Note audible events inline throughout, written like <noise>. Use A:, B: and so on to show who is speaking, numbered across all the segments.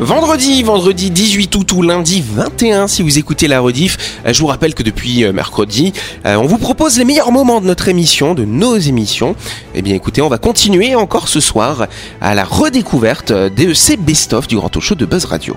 A: Vendredi, vendredi 18 août ou lundi 21 si vous écoutez la rediff. Euh, Je vous rappelle que depuis euh, mercredi, euh, on vous propose les meilleurs moments de notre émission, de nos émissions. Eh bien écoutez, on va continuer encore ce soir à la redécouverte euh, DEC Best of du Grand Talk Show de Buzz Radio.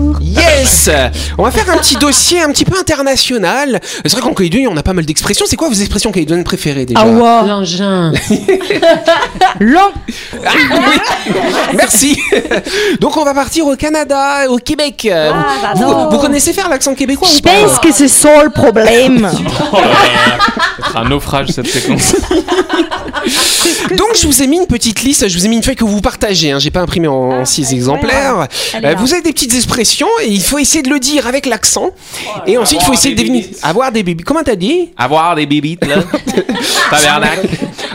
A: Yes On va faire un petit dossier un petit peu international. C'est vrai qu'en Calédonie, on a pas mal d'expressions. C'est quoi vos expressions calédoniennes préférées
B: Ah
A: déjà
B: <laughs>
C: L'engin.
A: Ah, oui. Merci. Donc on va partir au Canada, au Québec. vous, vous connaissez faire l'accent québécois ou
B: Ah, bah Je
A: pas
B: pense que c'est ça le problème.
D: être un naufrage cette séquence.
A: Donc je vous ai mis une petite liste, je vous ai mis une feuille que vous partagez. Hein. J'ai pas imprimé
B: Ah,
A: en 6 exemplaires.
C: Elle est
A: Euh,
C: là.
A: vous avez des petites expressions et il faut essayer de le dire avec l'accent.
B: Oh
A: et ensuite il faut
D: avoir
A: essayer de
D: des
A: deviner.
D: bébites.
A: Avoir des bébés. Comment t'as dit
D: Avoir des bibites là. Tabernacle.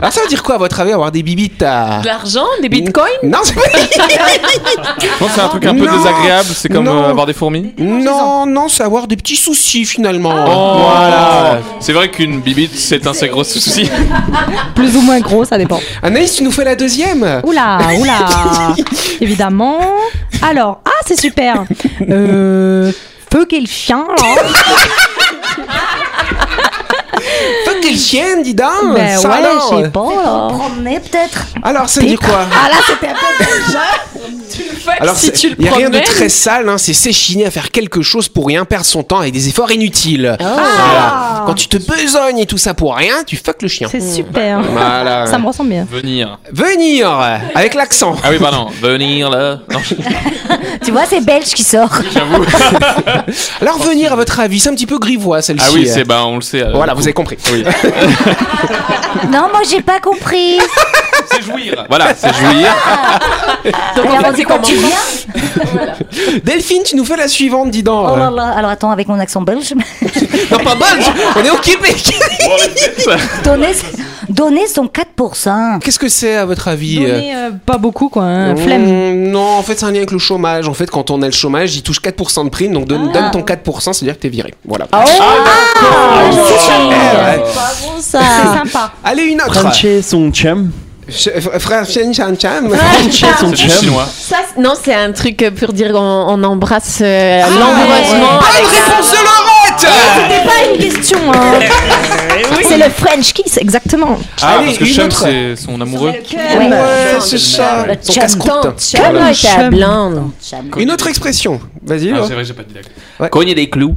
A: Ah ça veut dire quoi à votre avis avoir des bibites à...
C: De l'argent, des bitcoins
A: Non,
B: <laughs>
A: c'est pas-
D: Non, c'est un truc un peu
A: Non.
D: désagréable, c'est comme
A: Non.
D: euh, avoir des fourmis.
A: non, non, c'est avoir des petits soucis finalement.
B: Ah.
D: voilà. C'est vrai qu'une bibite, c'est un assez gros souci.
B: <laughs> Plus ou moins gros, ça dépend.
A: Anaïs, tu nous fais la deuxième
B: Oula, oula. <laughs> Évidemment. Alors, ah, c'est super. Euh, feu quel chien. là. <laughs>
A: Fuck quelle chienne, dis donc
B: Oh. ben
A: Ça
B: ouais,
A: alors
B: je sais pas là.
E: promener peut-être
A: Alors, ça dit quoi
B: Ah là, c'était un peu
A: Alors,
C: <laughs> si tu le
A: il n'y a rien de
C: promènes.
A: très sale, hein, c'est s'échiner à faire quelque chose pour rien, perdre son temps avec des efforts inutiles. Voilà. Quand tu te besognes et tout ça pour rien, tu fuck le chien.
B: C'est super.
A: Voilà.
B: Ça me ressemble bien.
D: <laughs> Venir.
A: Venir euh, Avec l'accent.
D: Ah oui, bah non. Venir là. Non,
E: Tu vois, c'est belge qui sort.
D: j'avoue.
A: Alors, venir, à votre avis, c'est un petit peu grivois celle-ci.
D: Ah oui, c'est bah on le sait. euh,
A: Voilà,
D: du
A: vous
D: coup.
A: avez compris.
D: Oui.
E: Non, moi j'ai pas compris.
D: C'est jouir. Voilà, c'est jouir.
C: Donc
E: Alors,
C: en fait,
E: du
C: c'est
E: coup,
C: comment
E: tu viens
A: Delphine, tu nous fais la suivante, dis donc.
E: Oh là là. Alors attends, avec mon accent belge. <laughs>
A: Non, pas belge, on est au Québec.
E: Donner, donner son 4%.
A: <laughs> Qu'est-ce que c'est, à votre avis euh,
B: Donner, euh, pas beaucoup quoi, hein, flemme.
A: Mm, Non, en fait, c'est un lien avec le chômage. En fait, quand on a le chômage, il touche 4% de prime. Donc, donne, donne ton 4%, c'est-à-dire que t'es viré. Voilà. Eh ouais.
B: C'est sympa.
A: Allez, une autre.
F: Franché son chum.
A: Je- fr- Frère Chen Chan Chan.
F: Franché son
D: C'est du
F: chum.
D: chinois.
C: Ça, c'est- non, c'est un truc euh, pour dire on, on embrasse euh,
B: Ah,
C: l'environnement.
A: Bonne réponse de Laurette
B: C'était pas une question. hein. C'est le French kiss, exactement.
D: Ah,
A: Allez,
D: parce que
A: une
D: Chum,
A: autre.
D: c'est son amoureux.
E: Ouais.
A: Ouais, c'est ça.
E: Le
A: Son
E: chum.
A: casse-croûte.
C: Comme
B: un
C: ta
B: chum.
C: blonde.
A: Une autre expression. Vas-y. hein.
D: Ah,
A: Laure.
D: c'est vrai, j'ai pas dit d'accord.
A: Cogner des clous.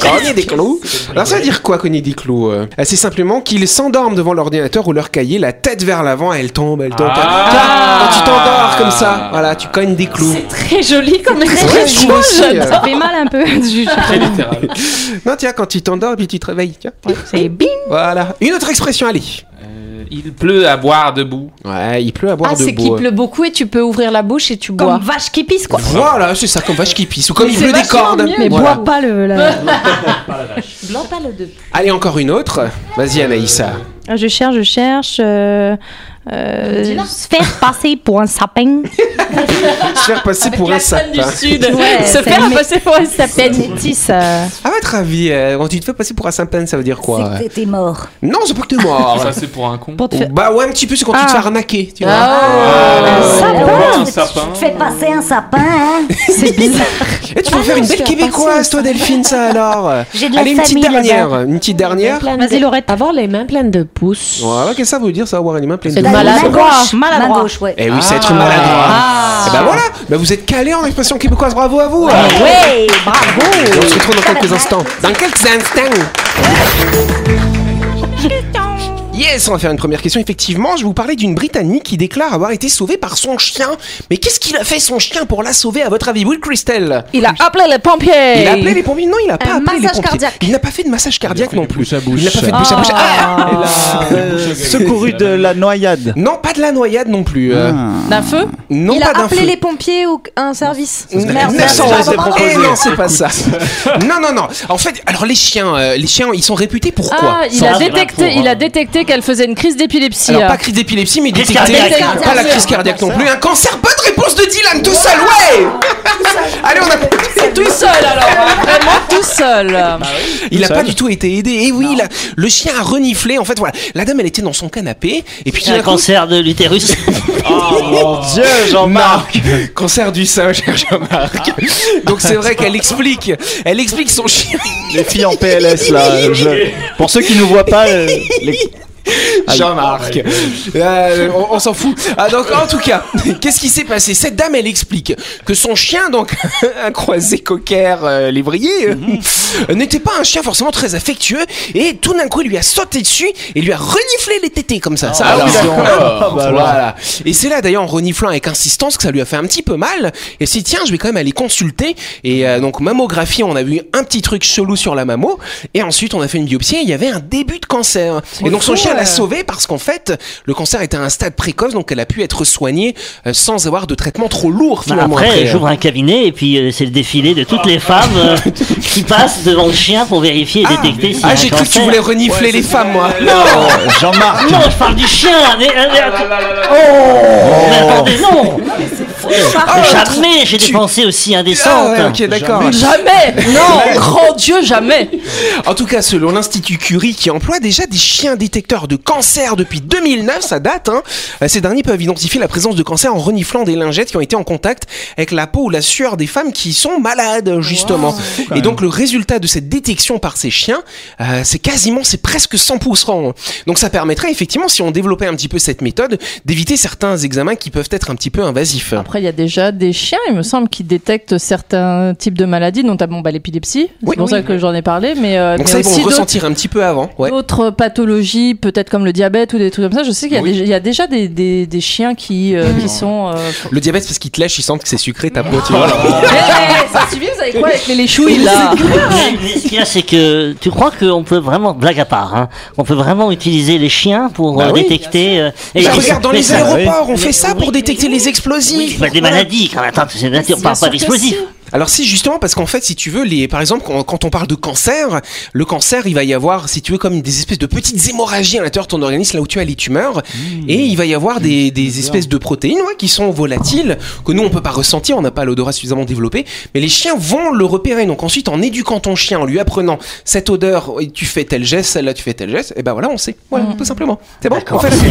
A: Cogner des clous. Alors ça veut dire quoi cogner des clous euh Ah, C'est simplement qu'ils s'endorment devant l'ordinateur ou leur cahier, la tête vers l'avant, elle tombe, elle tombe.
D: Ah.
A: Quand tu t'endors comme ça, voilà, tu cognes des clous.
C: C'est très joli comme
A: Ouais, je
C: expression.
A: vois aussi, euh.
B: Ça fait mal un <laughs> peu.
D: Très littéral.
A: Non, tiens, quand tu t'endors puis tu te réveilles, tiens.
B: C'est bing.
A: Voilà. Une autre expression, allez.
D: Euh, il pleut à boire debout.
A: Ouais, il pleut à boire
C: Ah,
A: de
C: c'est qu'il
A: bois.
C: pleut beaucoup et tu peux ouvrir la bouche et tu
B: Comme
C: bois.
B: vache qui pisse quoi.
A: Voilà, c'est ça, comme vache qui pisse ou comme
C: Mais
A: il
C: c'est
A: pleut des
C: vachement
A: cordes.
C: mieux.
B: Mais
A: Voilà.
B: bois pas le. la-
A: Allez, encore une autre. Vas-y, Anaïssa.
B: Ah, Je cherche, je cherche. euh, euh, se faire passer pour un sapin.
A: Se faire passer pour un
C: Personne
A: sapin.
C: du sud.
B: Ouais,
C: <laughs> se
B: c'est
C: faire
B: mé-
C: passer pour un sapin.
B: Métis. euh,
A: À votre avis, euh, quand tu te fais passer pour un sapin, ça veut dire quoi
E: C'est
A: ouais
E: que t'es mort.
A: Non, c'est pas que t'es
C: <laughs>
A: mort.
D: Ça, c'est pour un con.
B: pour te faire-
A: Bah ouais, un petit peu, c'est quand tu te
B: Ah.
A: fais arnaquer, tu vois.
C: Ah,
D: Euh, Un
E: Tu-
D: sapin.
E: Tu te fais passer un sapin, hein
B: C'est bizarre.
A: Et tu peux
C: Ah,
A: faire une belle québécoise, toi, Delphine, ça
C: <laughs>
A: alors.
E: J'ai de la
A: Allez, une petite
E: famille
A: dernière.
E: là-bas.
A: Une petite dernière.
C: Plein de-
B: Vas-y, Laurette.
C: Avoir les mains pleines de pouces.
A: Ouais, qu'est-ce que ça veut dire, ça, avoir une main pleine
C: C'est
A: de
E: T'as
A: boue
C: Maladroit,
E: une main gauche.
B: maladroit.
E: Main gauche, ouais.
A: Eh oui, c'est être maladroit. Et bah voilà, bah vous êtes calé en expression québécoise, bravo à vous.
E: Ouais,
A: Et
E: bravo.
A: on se retrouve dans quelques instants. Dans quelques instants. Yes, on va faire une première question. Effectivement, je vais vous parler d'une Britannique qui déclare avoir été sauvée par son chien. Mais qu'est-ce qu'il a fait son chien pour la sauver, à votre avis, Will Christelle
C: Il a appelé les pompiers.
A: Il a appelé les pompiers Non, il n'a pas
E: Un
A: appelé les
E: massage
A: pompiers.
E: cardiaque.
A: Il n'a pas fait de massage cardiaque non plus.
D: à
A: Il n'a pas fait de bouche à bouche. Ah
F: Euh, secouru de la noyade.
A: non, pas de la noyade non plus. euh,
F: Ah.
C: D'un feu
A: Non,
G: Il
A: pas
G: a
A: d'un
G: appelé
A: feu.
G: les pompiers ou un service. Merde,
A: Non,
G: merde,
A: non,
G: merde.
A: c'est- eh non, c'est pas ça. non, non, non. En fait, alors les chiens, euh, les chiens, ils sont réputés pour quoi
C: Ah, euh, il
F: Sans
C: a
F: rien
C: détecté,
F: pour,
C: il
F: hein.
C: a détecté qu'elle faisait une crise d'épilepsie.
A: Alors
C: là.
A: pas crise d'épilepsie, mais
F: Crise
A: détecté.
F: cardiaque.
A: Pas la crise cardiaque non plus. Un cancer. Bonne réponse de Dylan, tout seul. Ouais. Allez, on a.
C: tout seul alors, hein, vraiment tout seul.
A: Il n'a
F: Tout
A: pas
F: seul.
A: du tout été aidé. Et oui, il a- le chien a reniflé. En fait, voilà. La dame, elle était dans son canapé. Et puis, tout d'un
F: Un
A: coup-
F: cancer de l'utérus.
A: <laughs>
F: oh
H: <laughs>
F: mon dieu, Jean-Marc.
A: Cancer du sein, cher Jean-Marc.
F: Ah.
A: Donc, c'est vrai qu'elle explique. Elle explique son chien.
F: Les filles en PLS là. je- Pour ceux qui ne voient pas, euh, les... Aïe.
A: <laughs> Jean-Marc.
F: Ah
A: Euh, on on s'en fout. Ah, donc, en tout cas, <laughs> qu'est-ce qui s'est passé Cette dame, elle explique que son chien, donc <laughs> un croisé cocker euh, lévrier, euh,
F: Mhm.
A: n'était pas un chien forcément très affectueux. Et tout d'un coup, il lui a sauté dessus et lui a reniflé les tétés comme ça. ça
D: Ah oui,
A: alors,
D: d'accord.
F: Ah, bah alors.
A: voilà. Et c'est là d'ailleurs en reniflant avec insistance que ça lui a fait un petit peu mal. Et si tiens, je vais quand même aller consulter. Et euh, donc mammographie, on a vu un petit truc chelou sur la mammo. Et ensuite, on a fait une biopsie. Et il y avait un début de cancer. Et donc son chien l'a sauvé parce qu'en fait, le cancer était à un stade précoce, donc elle a pu être soignée euh, sans avoir de traitement trop lourd
H: Bah,
A: finalement.
H: après,
A: après, euh.
H: j'ouvre un cabinet et puis euh, c'est le défilé de toutes les femmes
A: <laughs>
H: euh, qui passent devant le chien pour vérifier et détecter si
A: Ah. Ah, j'ai cru que tu voulais renifler les femmes, moi. <laughs> Ah,
F: Oh, Jean-Marc.
H: Non, je parle du chien. mais- mais- Oh.
A: Oh.
H: mais attendez, non. Oh. jamais j'ai des
A: tu-
H: pensées aussi indécentes.
A: Ah ouais, ok, d'accord.
C: Jamais Non Grand Dieu, jamais
A: En tout cas, selon l'Institut Curie, qui emploie déjà des chiens détecteurs de cancer depuis 2009, ça date, hein, euh, ces derniers peuvent identifier la présence de cancer en reniflant des lingettes qui ont été en contact avec la peau ou la sueur des femmes qui sont malades, justement. Et donc, le résultat de cette détection par ces chiens, euh, c'est quasiment, c'est presque 100 poussants. hein. Donc, ça permettrait, effectivement, si on développait un petit peu cette méthode, d'éviter certains examens qui peuvent être un petit peu invasifs.
C: Après, il y a déjà des chiens, il me semble, qui détectent certains types de maladies, notamment bah, l'épilepsie. C'est
A: Oui,
C: pour
A: oui.
C: ça que j'en ai parlé, mais, euh,
A: Donc,
C: mais
A: ça, ils vont
C: aussi
A: le
C: d'autres
A: ressentir un petit peu avant. Ouais.
C: d'autres pathologies, peut-être comme le diabète ou des trucs comme ça. Je sais qu'il y, a
A: Oui.
C: des- il y a déjà des, des- des chiens qui, euh, qui sont.
A: <laughs>
C: euh,
A: Le diabète, parce qu'ils te lèchent, ils sentent que c'est sucré ta peau, tu vois.
C: Eh, ça suffit, vous avez quoi avec les léchouilles là
H: Mais- mais ce qu'il y a, c'est que tu crois qu'on peut vraiment, blague à part, hein, on peut vraiment utiliser les chiens pour
A: Bah
H: euh,
A: oui,
H: détecter. euh, et-
A: Mais
H: et-
A: bah, regarde, dans
H: mais
A: les
H: ça-
A: aéroports, on
H: Mais-
A: fait ça pour
H: oui,
A: détecter
H: oui,
A: les
H: oui,
A: explosifs.
H: bah, des maladies, quand même. Attends, c'est nature, on
C: Bien
H: parle
C: sûr
H: pas
C: que
H: d'explosifs.
C: si.
A: Alors si justement, parce qu'en fait, si tu veux, les, par exemple, quand, quand on parle de cancer, le cancer, il va y avoir, si tu veux, comme des espèces de petites hémorragies à l'intérieur de ton organisme, là où tu as les tumeurs,
H: Mmh.
A: et il va y avoir des, des espèces de protéines ouais, qui sont volatiles, que nous, on peut pas ressentir, on n'a pas l'odorat suffisamment développé, mais les chiens vont le repérer. Donc ensuite, en éduquant ton chien, en lui apprenant cette odeur, et tu fais tel geste, celle-là, tu fais tel geste, et ben voilà, on sait. Voilà,
H: Mmh.
A: tout simplement. C'est bon, on fait la suite.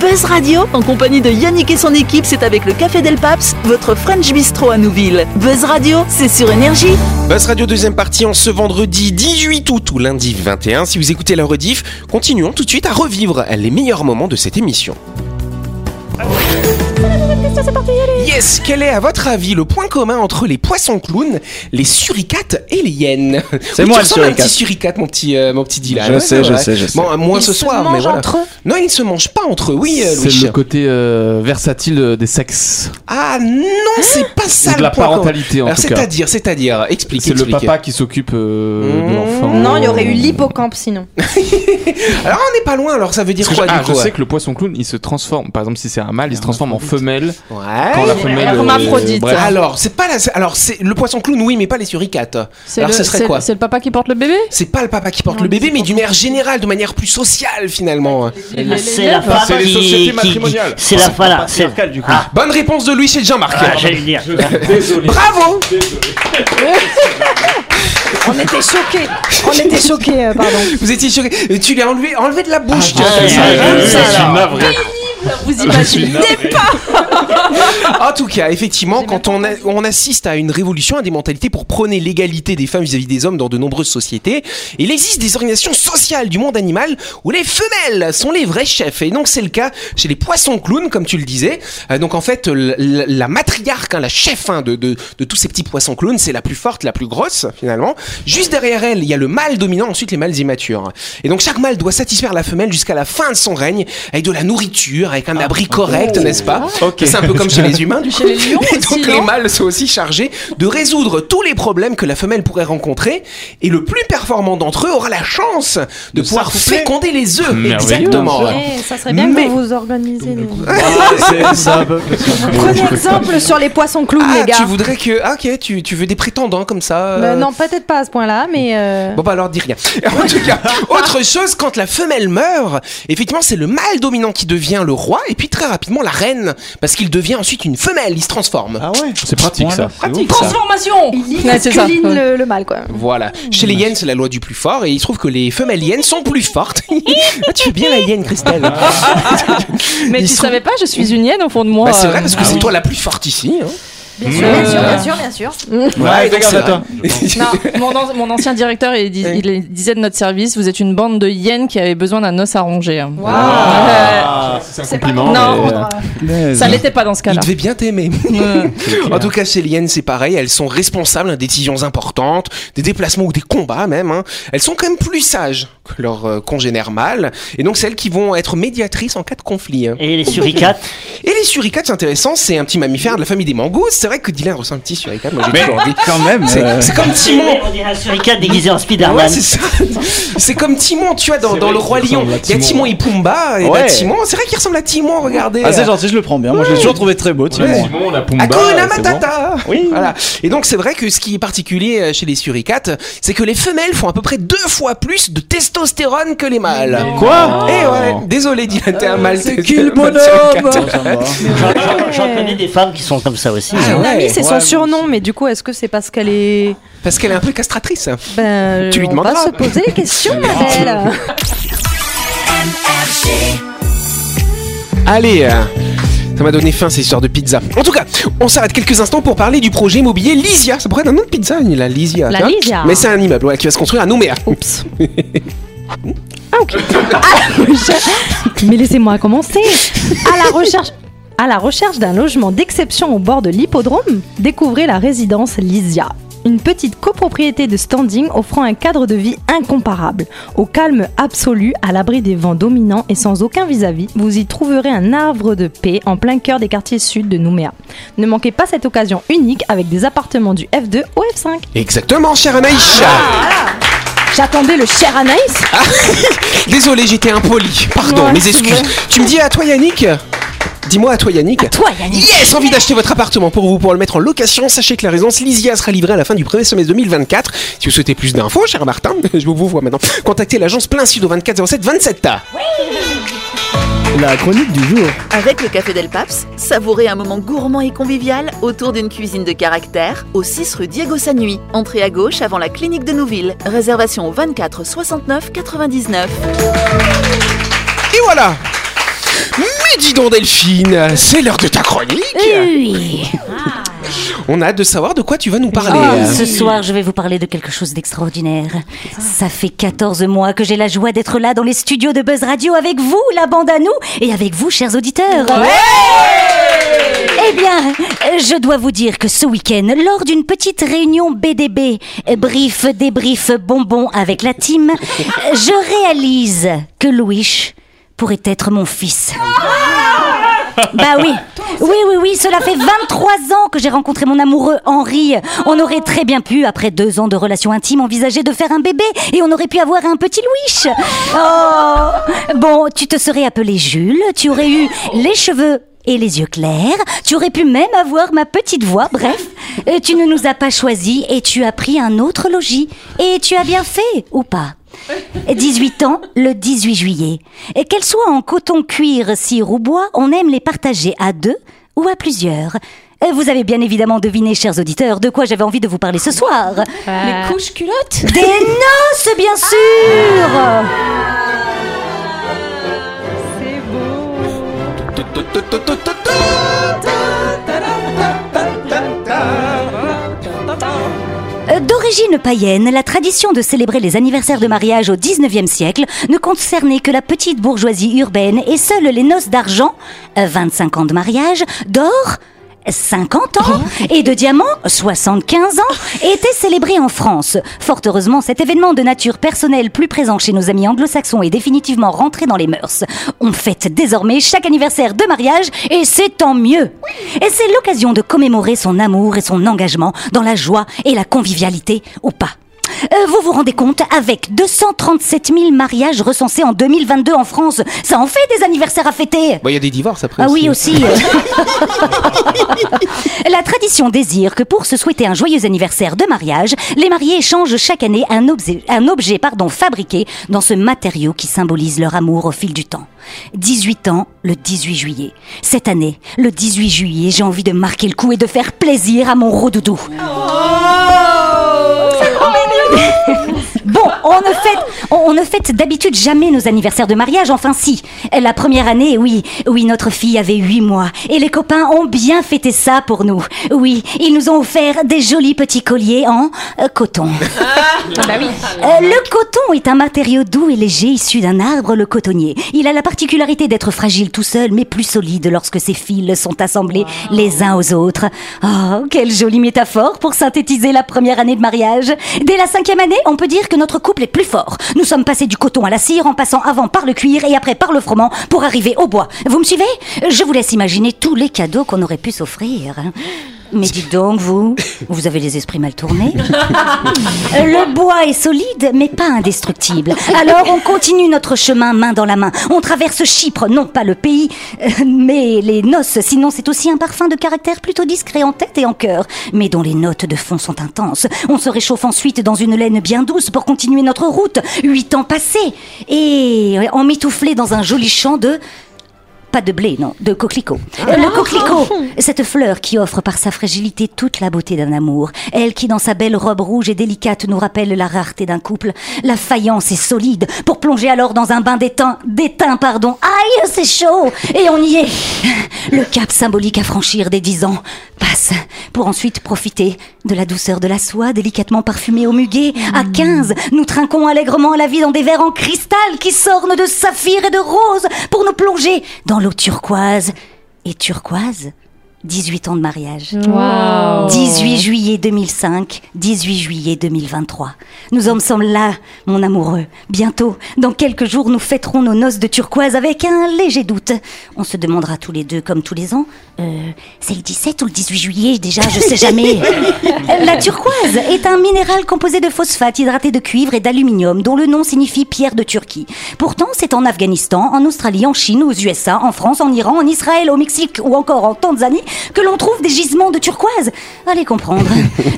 I: Buzz Radio, en compagnie de Yannick et son équipe, c'est avec le Café Del Paps, votre French Bistro à Nouville. Buzz Radio, c'est sur Énergie.
A: Buzz Radio deuxième partie en ce vendredi 18 août ou lundi 21. Si vous écoutez la rediff, continuons tout de suite à revivre les meilleurs moments de cette émission. Yes, quel est à votre avis le point commun entre les poissons clowns, les suricates et les hyènes
F: C'est
A: Oui,
F: moi, le
A: tu ressembles à un
F: suricate.
A: petit suricate, mon petit, euh, mon petit Dylan.
F: Je
A: Ouais,
F: sais,
A: c'est
F: je
A: vrai.
F: sais, je sais.
A: Bon, à moins
G: Ils
A: ce
G: se
A: soir, mais
G: mangent
A: voilà.
G: entre eux.
A: Non, ils ne se mangent pas entre eux. Oui, euh,
D: C'est
A: Louis.
D: le côté euh, versatile euh, des sexes.
A: Ah non, c'est pas ça
D: Ou de la
A: le point commun.
D: parentalité, en
A: Alors,
D: tout cas.
A: c'est-à-dire, c'est-à-dire, explique,
D: C'est le
A: explique.
D: papa qui s'occupe euh,
A: Mmh.
D: de l'enfant.
G: Non, il y
C: Oh.
G: aurait eu l'hippocampe sinon.
A: Alors, on n'est pas loin, alors ça veut dire
D: Parce que
A: quoi,
D: je, ah,
A: du coup hein
D: je sais que le poisson clown il se transforme. Par exemple, si c'est un mâle, il se transforme en femelle.
A: Ouais.
D: Quand la femelle. euh,
C: Hermaphrodite.
D: bref.
A: Alors, c'est pas la... alors c'est le poisson clown oui, mais pas les suricates.
C: C'est
A: Alors,
C: le-
A: ce serait
C: c'est-
A: quoi
C: C'est le papa qui porte le bébé
A: C'est pas le papa qui porte
C: Non,
A: le bébé,
C: c'est
A: mais
C: pas-
A: d'une manière générale, de manière plus sociale finalement.
H: C'est la
C: femme.
H: femme
D: les
H: qui-
D: sociétés
H: qui- qui.
D: matrimoniales.
H: Ah, C'est la voilà. c'est-
F: Patriarcal, du coup.
H: Ah,
A: Bonne réponse de Louis chez Jean-Marc.
H: ah, j'allais le dire.
A: Bravo
B: On était choqués. On était choqués, euh, pardon.
A: <laughs> Vous étiez sûr Tu lui as enlevé, enlevé de la bouche. tu
H: Ah,
A: vois,
H: ouais,
A: ça.
H: ouais,
D: Je
H: ouais,
A: Ah, bah,
D: suis
H: ouais.
D: navré.
C: Vous imaginez pas
A: <laughs> En tout cas, effectivement, quand on, a- on assiste à une révolution, à des mentalités pour prôner l'égalité des femmes vis-à-vis des hommes dans de nombreuses sociétés, il existe des organisations sociales du monde animal où les femelles sont les vrais chefs. Et donc c'est le cas chez les poissons clowns, comme tu le disais. Euh, donc en fait, l- l- la matriarche, hein, la chef hein, de, de- de tous ces petits poissons clowns, c'est la plus forte, la plus grosse finalement. Juste derrière elle, il y a le mâle dominant, ensuite les mâles immatures. Et donc chaque mâle doit satisfaire la femelle jusqu'à la fin de son règne avec de la nourriture, avec un abri correct,
D: Oh.
A: n'est-ce pas
D: Ok.
A: C'est un peu comme chez les humains du
C: Chez les lions
A: et donc
C: aussi,
A: les
C: non
A: mâles sont aussi chargés de résoudre tous les problèmes que la femelle pourrait rencontrer et le plus performant d'entre eux aura la chance de, pouvoir
G: s'accoupler.
A: féconder les œufs.
D: Merveilleux.
A: Exactement.
G: Eh, ça serait bien
A: Mais- euh,
G: que vous vous organisiez. nous.
F: C'est ça,
G: Prenez exemple sur les poissons clowns,
A: Ah,
G: les gars.
A: tu voudrais que. Ah, ok, tu, tu veux des prétendants comme ça euh,
G: Bah, non, peut-être pas à ce point-là, mais. euh,
A: Bon bah alors dis rien. <laughs> En tout cas, autre chose, quand la femelle meurt, effectivement c'est le mâle dominant qui devient le roi et puis très rapidement la reine parce qu'il devient ensuite une femelle, il se transforme. Ah ouais
D: C'est pratique ça.
A: Pratique ça.
C: Transformation
G: Il
C: Ouais, c'est ça.
G: masculine le, le mal, quoi.
A: Voilà. Chez les hyènes, c'est la loi du plus fort et il se trouve que les femelles hyènes sont plus fortes. <laughs> Ah, tu fais bien la hyène, Christelle.
C: <laughs> Mais
A: Ils
C: tu
A: sont-
C: savais pas, je suis une hyène au fond de moi.
A: Bah, c'est vrai
C: euh.
A: parce que c'est toi la plus forte ici. hein.
C: Bien
A: sûr, bien sûr, bien
C: sûr, bien sûr.
A: Ouais, donc, c'est vrai. <laughs>
C: Non, mon, an- mon ancien directeur, il, dis- il disait de notre service, vous êtes une bande de hyènes qui avait besoin d'un os à ronger.
J: hein.
D: C'est un compliment.
C: Non.
D: mais, euh,
C: Euh, ça l'était pas dans ce
A: Il
C: cas-là.
A: devait bien t'aimer. <laughs> en tout cas, chez les hyènes, c'est pareil. Elles sont responsables hein, des décisions importantes, des déplacements ou des combats même. hein. Elles sont quand même plus sages que leurs euh, congénères mâles. Et donc, celles qui vont être médiatrices en cas de conflit. hein.
H: Et les suricates
A: <laughs> Et les suricates, c'est intéressant. C'est un petit mammifère de la famille des mangoustes. C'est vrai que Dylan ressemble à un petit suricate. Moi, j'ai
D: Mais
A: toujours dit.
K: Quand même.
A: C'est
K: euh,
A: c'est comme
H: <laughs>
A: Timon.
H: On dirait un suricate déguisé en
A: Ouais,
H: Spider-Man.
A: c'est ça. C'est comme Timon, tu vois, dans,
D: C'est
A: dans
D: vrai
A: Le
D: qu'il
A: Roi Lion.
D: ressemble à
A: Il y a
D: Timon.
A: Timon et Pumba. Et bah,
K: Ouais.
A: Timon, c'est vrai qu'il ressemble à Timon, regardez.
K: Ah, c'est gentil, je le prends bien. Moi, je l'ai toujours trouvé très beau,
D: on a
K: Timon.
D: Simon, on a Pumba. euh,
A: Hakuna
D: c'est bon.
A: Matata Voilà. Et donc c'est vrai que ce qui est particulier euh, chez les suricates, c'est que les femelles font à peu près deux fois plus de testostérone que les mâles.
K: Quoi
A: Eh ouais, désolé Dylan, t'es un mâle.
K: Euh, C'est
A: t'es-
K: qui
A: t'es
K: le
A: un mâle
K: bonhomme
A: suricate.
H: J'en- J'en j'en connais des femmes qui sont comme ça aussi. hein.
A: Ah
G: Mon
A: ouais,
G: amie, c'est son
K: ouais,
G: surnom, mais du coup, est-ce que c'est parce qu'elle est.
A: Parce qu'elle est un peu castratrice.
G: Ben,
A: Tu lui
G: on
A: demanderas.
G: va se poser
F: <laughs>
G: les questions, ma belle.
A: Allez euh, ça m'a donné faim ces histoires de pizza. En tout cas, on s'arrête quelques instants pour parler du projet immobilier Lysia. Ça pourrait être un nom de pizza, la Lysia.
B: La
A: tu vois.
B: Lysia.
A: Mais c'est un immeuble ouais, qui va se construire à Nouméa.
B: Ah, Mais laissez-moi commencer. À la recherche. À la recherche d'un logement d'exception au bord de l'hippodrome, découvrez la résidence Lysia. Une petite copropriété de standing offrant un cadre de vie incomparable. Au calme absolu, à l'abri des vents dominants et sans aucun vis-à-vis, vous y trouverez un arbre de paix en plein cœur des quartiers sud de Nouméa. Ne manquez pas cette occasion unique avec des appartements du F2 au F5.
A: Exactement, chère Anaïs.
B: J'attendais le cher Anaïs
A: Désolé, j'étais impoli. Pardon,
B: Ouais,
A: mes
B: c'est
A: excuses.
B: vrai.
A: Tu me dis à toi Yannick Dis-moi à toi Yannick.
B: Toi Yannick
A: Yes, envie d'acheter votre appartement pour vous pour le mettre en location. Sachez que la résidence Lysia sera livrée à la fin du premier semestre 2024. Si vous souhaitez plus d'infos, cher Martin, <laughs> je vous vois maintenant. Contactez l'agence Plein Sud au 2407 27 A.
K: La chronique du jour.
I: Avec le Café Del Paps, savourez un moment gourmand et convivial autour d'une cuisine de caractère au 6 rue Diego Sanui. Entrée à gauche avant la clinique de Nouville. Réservation au 24 69 99.
A: Et voilà. Mais dis donc Delphine, c'est l'heure de ta chronique.
E: Mm. Oui.
A: On a hâte de savoir de quoi tu vas nous parler. hein.
E: Oh, ce soir, je vais vous parler de quelque chose d'extraordinaire. Ça fait 14 mois que j'ai la joie d'être là dans les studios de Buzz Radio avec vous, la bande à nous, et avec vous, chers auditeurs. Eh bien, euh, je dois vous dire que ce week-end, lors d'une petite réunion BDB, euh, brief, débrief, bonbon avec la team, euh, je réalise que Louis pourrait être mon fils. Bah oui. Oui, oui, oui, cela fait 23 ans que j'ai rencontré mon amoureux Henri. On aurait très bien pu, après deux ans de relations intimes, envisager de faire un bébé et on aurait pu avoir un petit Louis. Oh Bon, tu te serais appelé Jules, tu aurais eu les cheveux et les yeux clairs, tu aurais pu même avoir ma petite voix, bref. euh, Tu ne nous as pas choisis et tu as pris un autre logis. Et tu as bien fait, ou pas 18 ans, le 18 juillet. Et Qu'elles soient en coton, cuir, cire ou bois, on aime les partager à deux ou à plusieurs. Euh, Vous avez bien évidemment deviné, chers auditeurs, de quoi j'avais envie de vous parler ce soir.
B: Les couches culottes
E: Des noces, bien sûr
A: Tut, tut, tut, tut, tut, tut.
E: Euh, D'origine païenne, la tradition de célébrer les anniversaires de mariage au 19e siècle ne concernait que la petite bourgeoisie urbaine et seules les noces d'argent, euh, 25 ans de mariage, d'or, 50 ans et de diamant, 75 ans, étaient célébrées en France. Fort heureusement, cet événement de nature personnelle plus présent chez nos amis anglo-saxons est définitivement rentré dans les mœurs. On fête désormais chaque anniversaire de mariage et c'est tant mieux. Et c'est l'occasion de commémorer son amour et son engagement dans la joie et la convivialité ou pas. Euh, vous vous rendez compte, avec 237 000 mariages recensés en 2022 en France, ça en fait des anniversaires à fêter
A: Bah, il y a des divorces après.
E: ah oui, aussi. <laughs> La tradition désire que pour se souhaiter un joyeux anniversaire de mariage, les mariés échangent chaque année un objet, un objet pardon, fabriqué dans ce matériau qui symbolise leur amour au fil du temps. 18 ans, le 18 juillet. Cette année, le 18 juillet, j'ai envie de marquer le coup et de faire plaisir à mon rodoudou. Bon, on ne fête, on, on ne fête d'habitude jamais nos anniversaires de mariage, enfin si. La première année, oui, oui, notre fille avait 8 mois et les copains ont bien fêté ça pour nous. Oui, ils nous ont offert des jolis petits colliers en euh, coton. Euh, le coton est un matériau doux et léger issu d'un arbre, le cotonnier. Il a la particularité d'être fragile tout seul, mais plus solide lorsque ses fils sont assemblés les uns aux autres. Oh, quelle jolie métaphore pour synthétiser la première année de mariage. Dès la cinquième année, on peut dire que notre couple est plus fort. Nous sommes passés du coton à la cire en passant avant par le cuir et après par le froment pour arriver au bois. Vous me suivez Je vous laisse imaginer tous les cadeaux qu'on aurait pu s'offrir. Mais dites donc, vous, vous avez les esprits mal <laughs> tournés. Euh, Le bois est solide, mais pas indestructible. Alors on continue notre chemin main dans la main. On traverse Chypre, non pas le pays, euh, mais les noces. Sinon, c'est aussi un parfum de caractère plutôt discret en tête et en cœur, mais dont les notes de fond sont intenses. On se réchauffe ensuite dans une laine bien douce pour continuer notre route. Huit ans passés et euh, emmitouflés dans un joli champ de pas de blé, non, de coquelicot. Euh, Le coquelicot, cette fleur qui offre par sa fragilité toute la beauté d'un amour. Elle qui, dans sa belle robe rouge et délicate, nous rappelle la rareté d'un couple. La faïence est solide pour plonger alors dans un bain d'étain, d'étain, pardon. Aïe, c'est chaud Et on y est Le cap symbolique à franchir des dix ans passe pour ensuite profiter de la douceur de la soie délicatement parfumée au muguet. À 15, nous trinquons allègrement à la vie dans des verres en cristal qui sornent de saphir et de rose pour nous plonger dans l'eau turquoise. Et turquoise 18 ans de mariage.
C: Wow.
B: Oh.
E: 18 juillet 2005, 18 juillet 2023. Nous en sommes là, mon amoureux. Bientôt, dans quelques jours, nous fêterons nos noces de turquoise avec un léger doute. On se demandera tous les deux, comme tous les ans, euh, c'est le 17 ou le 18 juillet déjà, je sais jamais. Euh, La turquoise est un minéral composé de phosphate hydraté de cuivre et d'aluminium dont le nom signifie pierre de Turquie. Pourtant, c'est en Afghanistan, en Australie, en Chine, aux USA, en France, en Iran, en Israël, au Mexique ou encore en Tanzanie que l'on trouve des gisements de turquoise. Allez comprendre.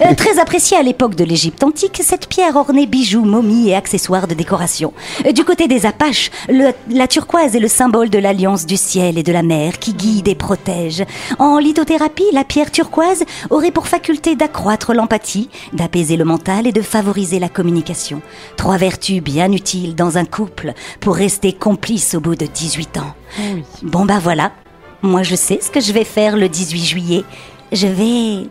E: Euh, très appréciée à l'époque de l'Égypte antique, cette pierre ornait bijoux, momies et accessoires de décoration. Euh, Du côté des Apaches, le- la turquoise est le symbole de l'alliance du ciel et de la mer qui guide et protège. En lithothérapie, la pierre turquoise aurait pour faculté d'accroître l'empathie, d'apaiser le mental et de favoriser la communication. Trois vertus bien utiles dans un couple pour rester complice au bout de 18 ans. Bon bah voilà, moi je sais ce que je vais faire le 18 juillet. Je vais...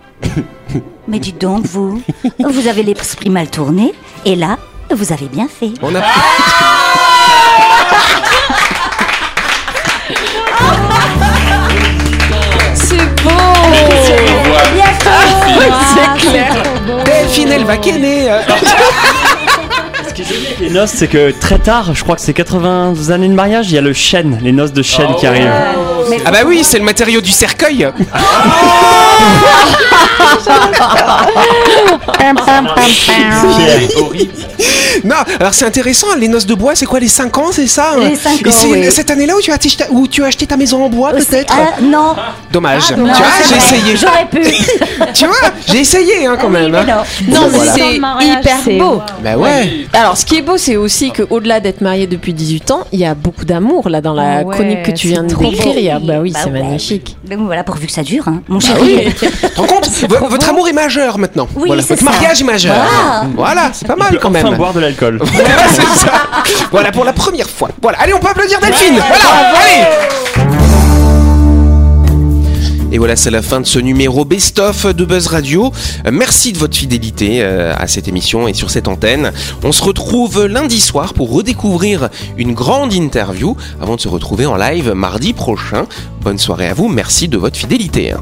E: Mais dites donc vous, vous avez l'esprit mal tourné et là, vous avez bien fait.
A: On a...
C: C'est beau
A: c'est clair. Delphine, elle va kenner. euh.
F: Les noces, c'est que très tard, je crois que c'est 80 années de mariage, il y a le chêne, les noces de chêne
J: Oh,
F: qui arrivent.
A: Ah bah oui, c'est le matériau du cercueil. Non, alors c'est intéressant, les noces de bois, c'est quoi les 5 ans, c'est ça
B: Les cinq
A: Et
B: ans,
A: c'est
B: oui.
A: cette année-là où tu as acheté ta, où tu as acheté ta maison en bois peut-être
E: Ah non,
A: Dommage. tu vois,
E: non, c'est
A: j'ai
B: <laughs>
E: vrai,
A: essayé.
E: J'aurais pu.
A: Tu vois, j'ai essayé hein, quand même. hein.
J: Non, mais
A: Voilà.
J: c'est hyper beau.
A: Bah ouais.
J: Alors, ce qui est beau, c'est aussi que, au-delà d'être marié depuis 18 ans, il y a beaucoup d'amour là dans
G: Ah
J: la
C: Ouais,
J: chronique que tu viens de
E: trop
J: décrire.
E: beau.
J: Il y a- Bah oui,
E: Bah
J: c'est
E: ouais.
J: magnifique.
E: Donc voilà, pourvu que ça dure, hein, mon
A: Ah
E: chéri.
A: oui. Tu te rends compte Vo- Votre amour est majeur maintenant.
E: Oui,
A: voilà.
E: c'est
A: Votre
E: ça.
A: mariage est majeur.
E: Voilà.
A: c'est pas mal quand même.
F: Enfin, boire de
A: <laughs>
F: l'alcool.
A: Voilà, c'est ça. Voilà pour la première fois. Voilà, allez, on peut applaudir Delphine. voilà, allez. Et voilà, c'est la fin de ce numéro best-of de Buzz Radio. Euh, Merci de votre fidélité euh, à cette émission et sur cette antenne. On se retrouve lundi soir pour redécouvrir une grande interview avant de se retrouver en live mardi prochain. Bonne soirée à vous, merci de votre fidélité. hein.